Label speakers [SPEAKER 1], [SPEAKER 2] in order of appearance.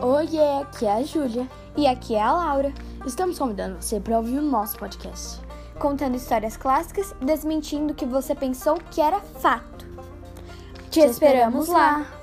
[SPEAKER 1] Oiê, aqui é a Júlia.
[SPEAKER 2] E aqui é a Laura,
[SPEAKER 1] Estamos convidando você para ouvir o nosso podcast.
[SPEAKER 2] contando histórias clássicas, desmentindo o que você pensou que era fato. Te, esperamos lá.